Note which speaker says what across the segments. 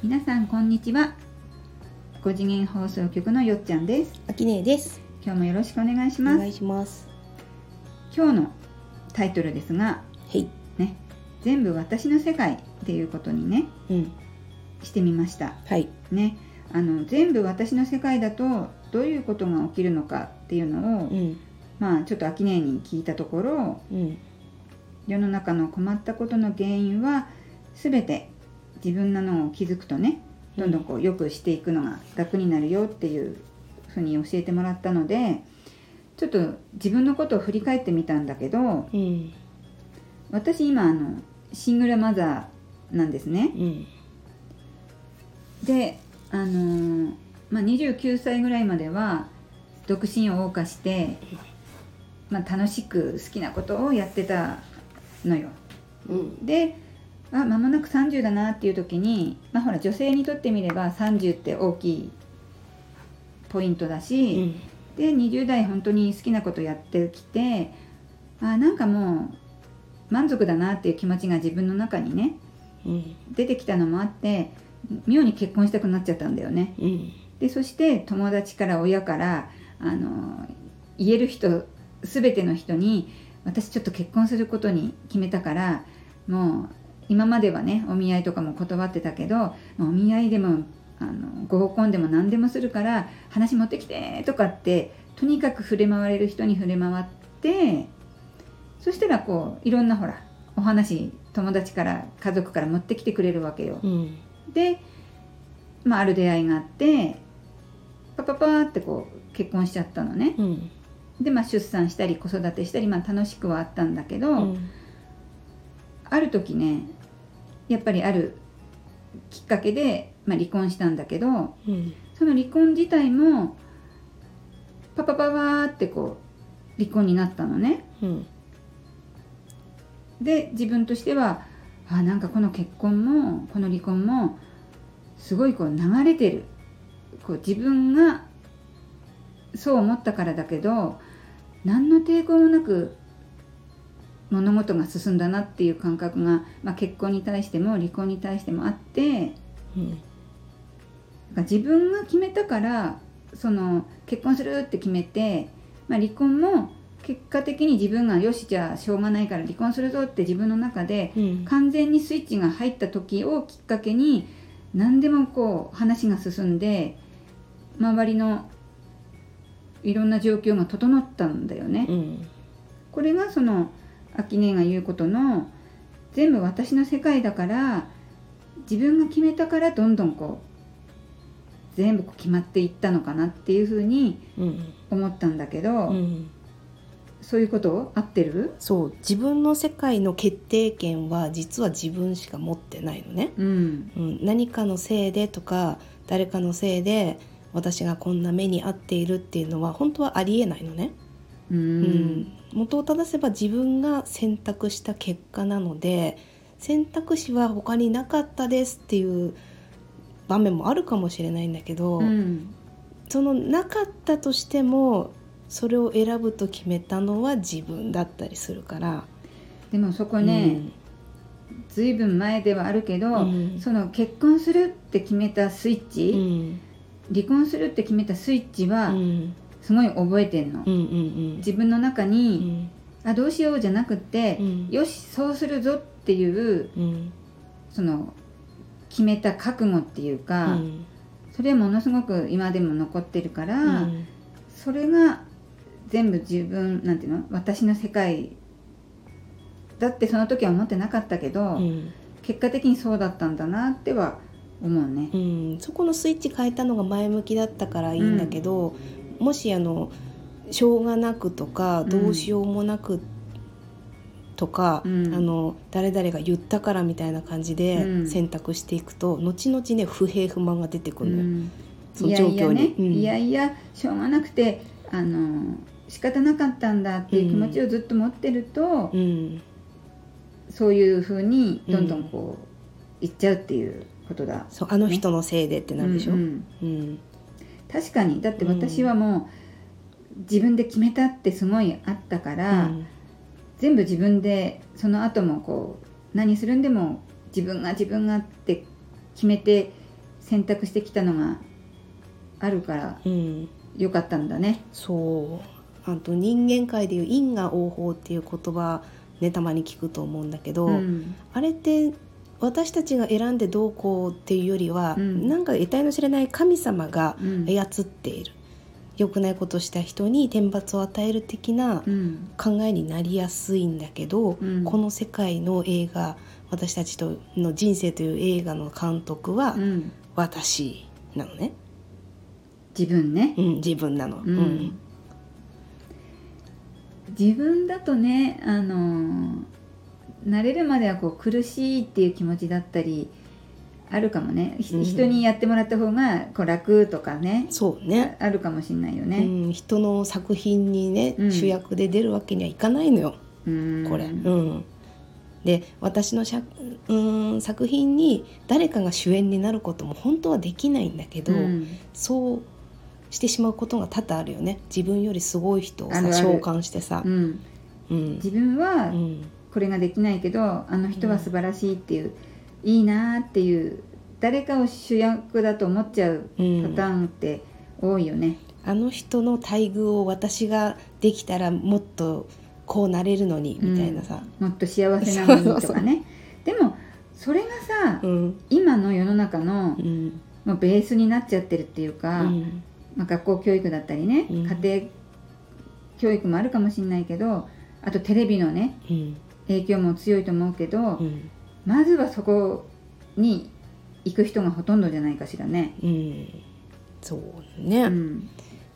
Speaker 1: こんにちは5次元放送局のよっちゃんです
Speaker 2: あきねえです。
Speaker 1: 今日もよろしくお願いし
Speaker 2: お
Speaker 1: ます
Speaker 2: 願いします。
Speaker 1: 今日のタイトルですが
Speaker 2: はい。
Speaker 1: ね全部私の世界っていうことにね
Speaker 2: うん。
Speaker 1: してみました
Speaker 2: はい。
Speaker 1: ねあの全部私の世界だとどういうことが起きるのかっていうのを、
Speaker 2: うん。
Speaker 1: まあちょっと秋音に聞いたところ
Speaker 2: うん。
Speaker 1: 世の中の困ったことの原因は全て自分なのを気づくとねどんどんこう良くしていくのが楽になるよっていうふうに教えてもらったのでちょっと自分のことを振り返ってみたんだけど
Speaker 2: うん。
Speaker 1: 私今あのシングルマザーなんですね。
Speaker 2: うん。
Speaker 1: で、あのーまあ、29歳ぐらいまでは独身を謳歌して、まあ、楽しく好きなことをやってたのよ。
Speaker 2: うん。
Speaker 1: であ間もなく30だなっていう時に、まあ、ほら女性にとってみれば30って大きいポイントだ
Speaker 2: う
Speaker 1: し、
Speaker 2: ん。
Speaker 1: で20代本当に好きなことやってきてあなんかもう満足だなっていう気持ちが自分の中にね
Speaker 2: うん。
Speaker 1: 出てきたのもあって妙に結婚したくなっちゃったんだよね。
Speaker 2: うん。
Speaker 1: でそして友達から親からあの言える人全ての人に私ちょっと結婚することに決めたからもう今まではねお見合いとかも断ってたけどお見合いでもあの合コンでも何でもするから話持ってきてとかってとにかく触れ回れる人に触れ回ってそしたらこういろんなほらお話友達から家族から持ってきてくれるわけよ。
Speaker 2: うん。
Speaker 1: で、まあ、ある出会いがあってパパパーってこう結婚しちゃったのね
Speaker 2: うん。
Speaker 1: で、まあ、出産したり子育てしたり、まあ、楽しくはあったんだけど、
Speaker 2: うん。
Speaker 1: ある時ねやっぱりあるきっかけで、まあ、離婚したんだけど
Speaker 2: うん。
Speaker 1: その離婚自体もパパパパーってこう離婚になったのね
Speaker 2: うん。
Speaker 1: で自分としてはあなんかこの結婚もこの離婚もすごいこう流れてるこう自分がそう思ったからだけど何の抵抗もなく物事が進んだなっていう感覚が、まあ、結婚に対しても離婚に対してもあって
Speaker 2: うん。
Speaker 1: なんか自分が決めたからその結婚するって決めて、まあ、離婚も結果的に自分がよしじゃあしょうがないから離婚するぞって自分の中で
Speaker 2: うん。
Speaker 1: 完全にスイッチが入った時をきっかけに何でもこう話が進んで周りのいろんな状況が整ったんだよね。
Speaker 2: うん。
Speaker 1: これがその秋音が言うことの全部私の世界だから自分が決めたからどんどんこう全部こう決まっていったのかなっていうふうに
Speaker 2: うん。
Speaker 1: 思ったんだけど、
Speaker 2: うん。
Speaker 1: そういうこと合ってる
Speaker 2: そう。自分の世界の決定権は実は自分しか持ってないのね。
Speaker 1: うん
Speaker 2: うん。何かのせいでとか、誰かのせいで。私がこんな目に遭っているっていうのは本当はありえないのね、
Speaker 1: う
Speaker 2: うんん、元を正せば自分が選択した結果なので選択肢は他になかったですっていう場面もあるかもしれないんだけど、
Speaker 1: うん
Speaker 2: そのなかったとしてもそれを選ぶと決めたのは自分だったりするから。
Speaker 1: でもそこね、ずいぶん前ではあるけど、
Speaker 2: うん
Speaker 1: その結婚するって決めたスイッ
Speaker 2: うんう
Speaker 1: チ、
Speaker 2: ん
Speaker 1: 離婚するって決めたスイッチ
Speaker 2: う
Speaker 1: は
Speaker 2: ん
Speaker 1: すごい覚えてんの、
Speaker 2: うんうん
Speaker 1: 自分の中
Speaker 2: う
Speaker 1: に、
Speaker 2: ん
Speaker 1: あどうしようじゃなくって、
Speaker 2: うん
Speaker 1: よしそうするぞっていう
Speaker 2: うん
Speaker 1: その決めた覚悟っていう
Speaker 2: う
Speaker 1: か、
Speaker 2: ん
Speaker 1: それはものすごく今でも残ってるから、
Speaker 2: うん
Speaker 1: それが全部自分なんていうの私の世界だってその時は思ってなかったけど、
Speaker 2: うん
Speaker 1: 結果的にそうだったんだなっては思うね。
Speaker 2: うん、そこのスイッチ変えたのが前向きだったからいいんだけど、もしあのしょうがなくとか
Speaker 1: うん
Speaker 2: どうしようもなくとか、
Speaker 1: うん
Speaker 2: あの誰々が言ったからみたいな感じ
Speaker 1: う
Speaker 2: で
Speaker 1: ん
Speaker 2: 選択していくと、後々ね不平不満が出てくるのよ、
Speaker 1: うん
Speaker 2: そ
Speaker 1: い
Speaker 2: の
Speaker 1: や
Speaker 2: 状
Speaker 1: いや
Speaker 2: 況
Speaker 1: ね
Speaker 2: に。、うん
Speaker 1: いやいやしょうがなくてあの仕方なかったんだっていう気持ちをずっと持ってると、
Speaker 2: うん
Speaker 1: そういう風にどんどんこういっちゃうっていうことだ。
Speaker 2: そうあの人のせいでってなるでしょ、う
Speaker 1: うんうんん確かにだって私はもう自分で決めたってすごいあったか
Speaker 2: う
Speaker 1: ら、
Speaker 2: ん
Speaker 1: 全部自分でその後もこう何するんでも自分が自分がって決めて選択してきたのがあるから
Speaker 2: うん、
Speaker 1: 良かったんだね
Speaker 2: そうあと人間界でいう因果応報っていう言葉ねたまに聞くと思うんだけど、
Speaker 1: うん
Speaker 2: あれって私たちが選んでどうこうっていうよりは、
Speaker 1: うん
Speaker 2: なんか得体の知れない神様が
Speaker 1: うん
Speaker 2: 操っている、良くないことした人に天罰を与える的な
Speaker 1: うん
Speaker 2: 考えになりやすいんだけど、
Speaker 1: うん
Speaker 2: この世界の映画私たちとの人生という映画の監督は
Speaker 1: うん
Speaker 2: 私なのね、
Speaker 1: 自分ね
Speaker 2: うん、自分なの、
Speaker 1: うん自分だとねあの慣れるまではこう苦しいっていう気持ちだったりあるかもね、ひ
Speaker 2: うん
Speaker 1: 人にやってもらった方がこう楽とかね
Speaker 2: そうね、
Speaker 1: あるかもしれないよ
Speaker 2: う
Speaker 1: ね、
Speaker 2: ん、人の作品にね、
Speaker 1: うん
Speaker 2: 主役で出るわけにはいかないのよ、
Speaker 1: うん
Speaker 2: これ。
Speaker 1: う
Speaker 2: うんんで私のしゃうん作品に誰かが主演になることも本当はできないんだけど、そうしてしまうことが多々あるよね自分よりすごい人をさ
Speaker 1: あるある
Speaker 2: 召喚してさ
Speaker 1: う、ん
Speaker 2: うん
Speaker 1: 自分
Speaker 2: う
Speaker 1: は
Speaker 2: ん
Speaker 1: これができないけどあの人は素晴らしいっていう、いいなーっていう誰かを主役だと思っちゃう
Speaker 2: うん
Speaker 1: パターンって多いよね。
Speaker 2: あの人の待遇を私ができたらもっとこうなれるのにみたいなさ、
Speaker 1: もっと幸せなのにとかね。でもそれがさ、
Speaker 2: うん
Speaker 1: 今の世の中の
Speaker 2: うん
Speaker 1: もうベースになっちゃってるっていうか、
Speaker 2: うん
Speaker 1: まあ、学校教育だったりね、
Speaker 2: うん
Speaker 1: 家庭教育もあるかもしれないけどあとテレビのね
Speaker 2: うん
Speaker 1: 影響も強いと思うけど、
Speaker 2: うん
Speaker 1: まずはそこに行く人がほとんどじゃないかしらね。
Speaker 2: うんそうね、
Speaker 1: うん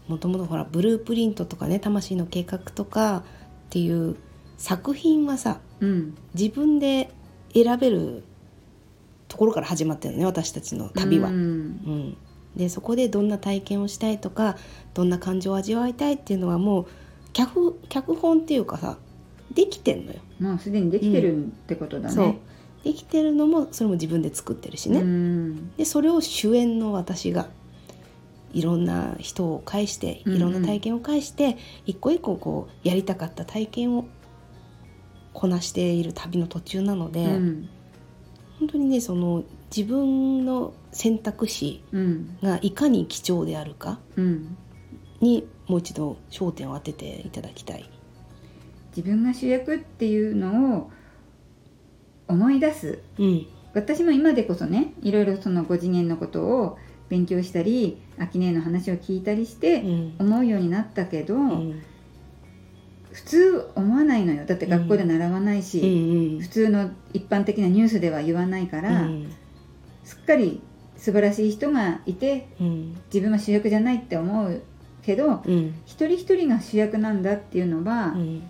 Speaker 2: もともとほらブループリントとかね魂の計画とかっていう作品はさ
Speaker 1: うん
Speaker 2: 自分で選べるところから始まってるのね私たちの旅は。
Speaker 1: う
Speaker 2: うん
Speaker 1: ん
Speaker 2: でそこでどんな体験をしたいとかどんな感情を味わいたいっていうのはもう脚脚本っていうかさできてんのよ。
Speaker 1: もうすでにできてるってことだね。
Speaker 2: そうできてるのもそれも自分で作ってるしね。
Speaker 1: うん
Speaker 2: でそれを主演の私がいろんな人を介して
Speaker 1: うんうん
Speaker 2: いろんな体験を介して、一個一個こうやりたかった体験をこなしている旅の途中なので、
Speaker 1: うん
Speaker 2: 本当にねその自分の選択肢
Speaker 1: うん
Speaker 2: がいかに貴重であるか
Speaker 1: うん
Speaker 2: にもう一度焦点を当てていただきたい。
Speaker 1: 自分が主役っていうのを思い出す
Speaker 2: うん
Speaker 1: 私も今でこそねいろいろその5次元のことを勉強したり秋音の話を聞いたりし
Speaker 2: う
Speaker 1: て
Speaker 2: ん
Speaker 1: 思うようになったけど、
Speaker 2: うん
Speaker 1: 普通思わないのよだって学校で習わないし、普通の一般的なニュースでは言わないから、
Speaker 2: うん
Speaker 1: すっかり素晴らしい人がいて
Speaker 2: うん
Speaker 1: 自分は主役じゃないって思うけど
Speaker 2: うん
Speaker 1: 一人一人が主役なんだっていうのは、
Speaker 2: うん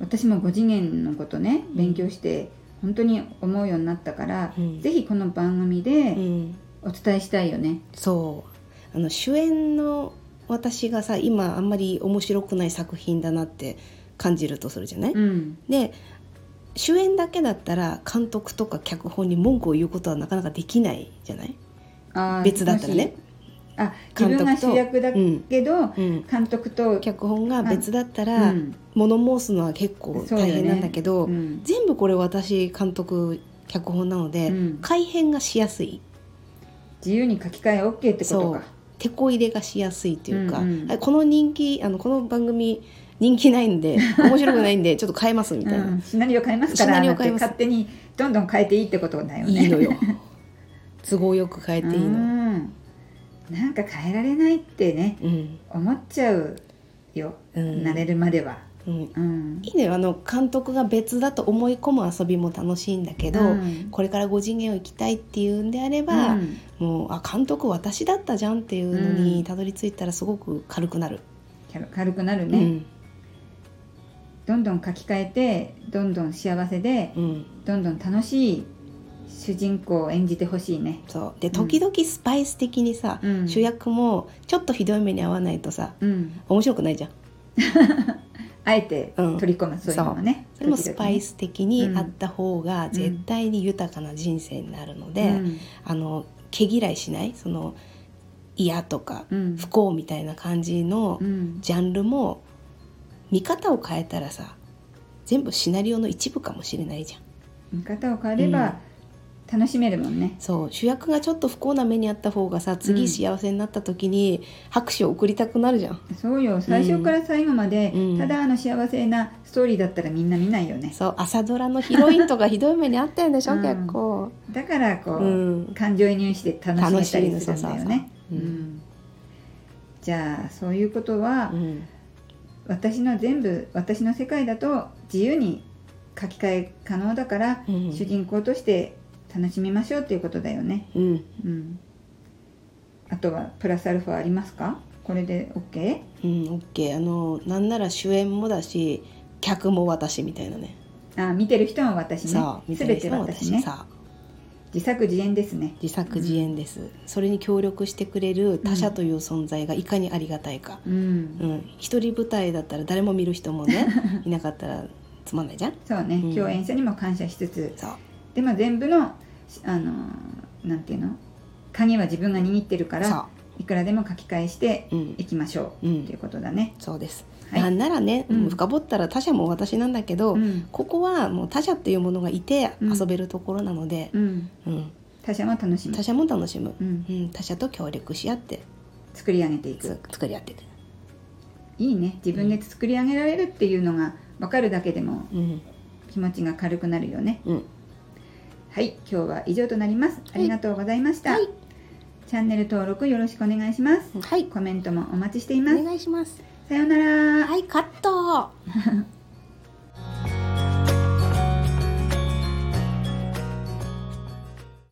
Speaker 1: 私も5次元のことね勉強して本当に思うようになったから、
Speaker 2: うん
Speaker 1: ぜひこの番組
Speaker 2: う
Speaker 1: で
Speaker 2: ん
Speaker 1: お伝えしたいよね。
Speaker 2: そうあの主演の私がさ今あんまり面白くない作品だなって感じるとするじゃない、
Speaker 1: うん
Speaker 2: で主演だけだったら監督とか脚本に文句を言うことはなかなかできないじゃない、
Speaker 1: あー
Speaker 2: 別だったらね
Speaker 1: もしあ自分が主役だ
Speaker 2: うん
Speaker 1: けど、
Speaker 2: うん、
Speaker 1: 監督と
Speaker 2: 脚本が別だった
Speaker 1: う
Speaker 2: ら、
Speaker 1: ん
Speaker 2: 物申すのは結構
Speaker 1: そうだ
Speaker 2: 大
Speaker 1: よね
Speaker 2: 変なんだけど
Speaker 1: うん
Speaker 2: 全部これ私監督脚本なので、
Speaker 1: うん
Speaker 2: 改変がしやすい
Speaker 1: 自由に書き換え OK ってことか
Speaker 2: 手こ入れがしやすいっていうか、
Speaker 1: うんうん
Speaker 2: あこの人気あのこの番組人気ないん で面白くないんでちょっと変えますみたいな、
Speaker 1: うんシナリオ変えますから
Speaker 2: シナリ
Speaker 1: な
Speaker 2: オ
Speaker 1: んて
Speaker 2: 変えます
Speaker 1: 勝手にどんどん変えていいってことだよね
Speaker 2: い いのよ都合よく変えていいの、
Speaker 1: うんなんか変えられないってね
Speaker 2: うん
Speaker 1: 思っちゃうよ、
Speaker 2: うん
Speaker 1: 慣れるまでは、
Speaker 2: うん、
Speaker 1: うん、
Speaker 2: いいのよあの監督が別だと思い込む遊びも楽しいんだけど、
Speaker 1: うん
Speaker 2: これから5次元を行きたいっていうんであれば、
Speaker 1: うん
Speaker 2: もうあ監督私だったじゃんっていうの
Speaker 1: うん
Speaker 2: にたどり着いたらすごく軽くなる。
Speaker 1: 軽軽くなるね、どんどん書き換えてどんどん幸せで
Speaker 2: うんうん
Speaker 1: どんどん楽しい主人公を演じてほしいね
Speaker 2: そうで時々スパイス的にさ、
Speaker 1: うん
Speaker 2: 主役もちょっとひどい目に遭わないとさ
Speaker 1: うん
Speaker 2: 面白くないじゃん
Speaker 1: あえて
Speaker 2: うん
Speaker 1: 取り込む、そういうのもね
Speaker 2: でもスパイ
Speaker 1: ス
Speaker 2: ス的にあった方が絶対に豊かな人生になるので、
Speaker 1: うん
Speaker 2: あの毛嫌いしないその嫌とか
Speaker 1: うん
Speaker 2: 不幸みたいな感じの
Speaker 1: うん
Speaker 2: ジャンルも見方を変えたらさ全部シナリオの一部かもしれないじゃん。
Speaker 1: 見方を変えれば、楽しめるもんね
Speaker 2: そう主役がちょっと不幸な目にあった方がさ次幸せになった時に拍手を送りたくなるじゃん、
Speaker 1: そうよ最初から最後まで、
Speaker 2: うん
Speaker 1: ただあの幸せなストーリーだったらみんな見ないよね
Speaker 2: そう朝ドラのヒロインとかひどい目にあったんでしょ、
Speaker 1: うん
Speaker 2: 結構、
Speaker 1: だからこう、
Speaker 2: うん、
Speaker 1: 感情移入して楽しめたりするんだよね
Speaker 2: 楽しいのそうそうそううん
Speaker 1: んじゃあそういうことは、
Speaker 2: うん
Speaker 1: 私の全部私の世界だと自由に書き換え可能だから、
Speaker 2: うん
Speaker 1: 主人公として楽しみましょうっていうことだよね、
Speaker 2: うん
Speaker 1: うん、あとはプラスアルファありますかこれで OK?
Speaker 2: うん、オッケーあのなんなら主演もだし客も私みたいなね
Speaker 1: あ見てる人は私ね
Speaker 2: さあ見てる
Speaker 1: 全て
Speaker 2: 人も
Speaker 1: 私
Speaker 2: 私
Speaker 1: ね
Speaker 2: さあ
Speaker 1: 自作自演ですね
Speaker 2: 自作自演です、それに協力してくれる他者という存在がいかにありがたいか、
Speaker 1: うん、
Speaker 2: うん、一人舞台だったら誰も見る人 もねいなかったらつまんないじゃん
Speaker 1: そうね、
Speaker 2: うん
Speaker 1: 共演者にも感謝しつつ
Speaker 2: そう
Speaker 1: でも全部のあのーなんていうの鍵は自分が握ってるから
Speaker 2: そ
Speaker 1: いくらでも書き換えして
Speaker 2: う、うん
Speaker 1: い、きましょう、
Speaker 2: う
Speaker 1: とい
Speaker 2: ん
Speaker 1: う、ことだね、
Speaker 2: そうです、
Speaker 1: はい
Speaker 2: なんならね、
Speaker 1: うん
Speaker 2: 深掘ったら他者も私なんだけど、
Speaker 1: うん
Speaker 2: ここはもう他者っていうものがいて
Speaker 1: うん
Speaker 2: 遊べるところなので、
Speaker 1: うん、
Speaker 2: うん
Speaker 1: 他者は楽しむ
Speaker 2: 他、者も楽しむ、
Speaker 1: うん
Speaker 2: う、ん、他者と協力し合って
Speaker 1: 作り上げていく
Speaker 2: つ作り合っていく、
Speaker 1: いいね自分で作り上げられるっていうのが分かるだけでも
Speaker 2: うん
Speaker 1: 気持ちが軽くなるよね
Speaker 2: うん、
Speaker 1: はい今日は以上となりますありがとうございました、
Speaker 2: はい
Speaker 1: チャンネル登録よろしくお願いします
Speaker 2: はい
Speaker 1: コメントもお待ちしてい
Speaker 2: お
Speaker 1: ます
Speaker 2: 願いします
Speaker 1: さようなら
Speaker 2: はいカット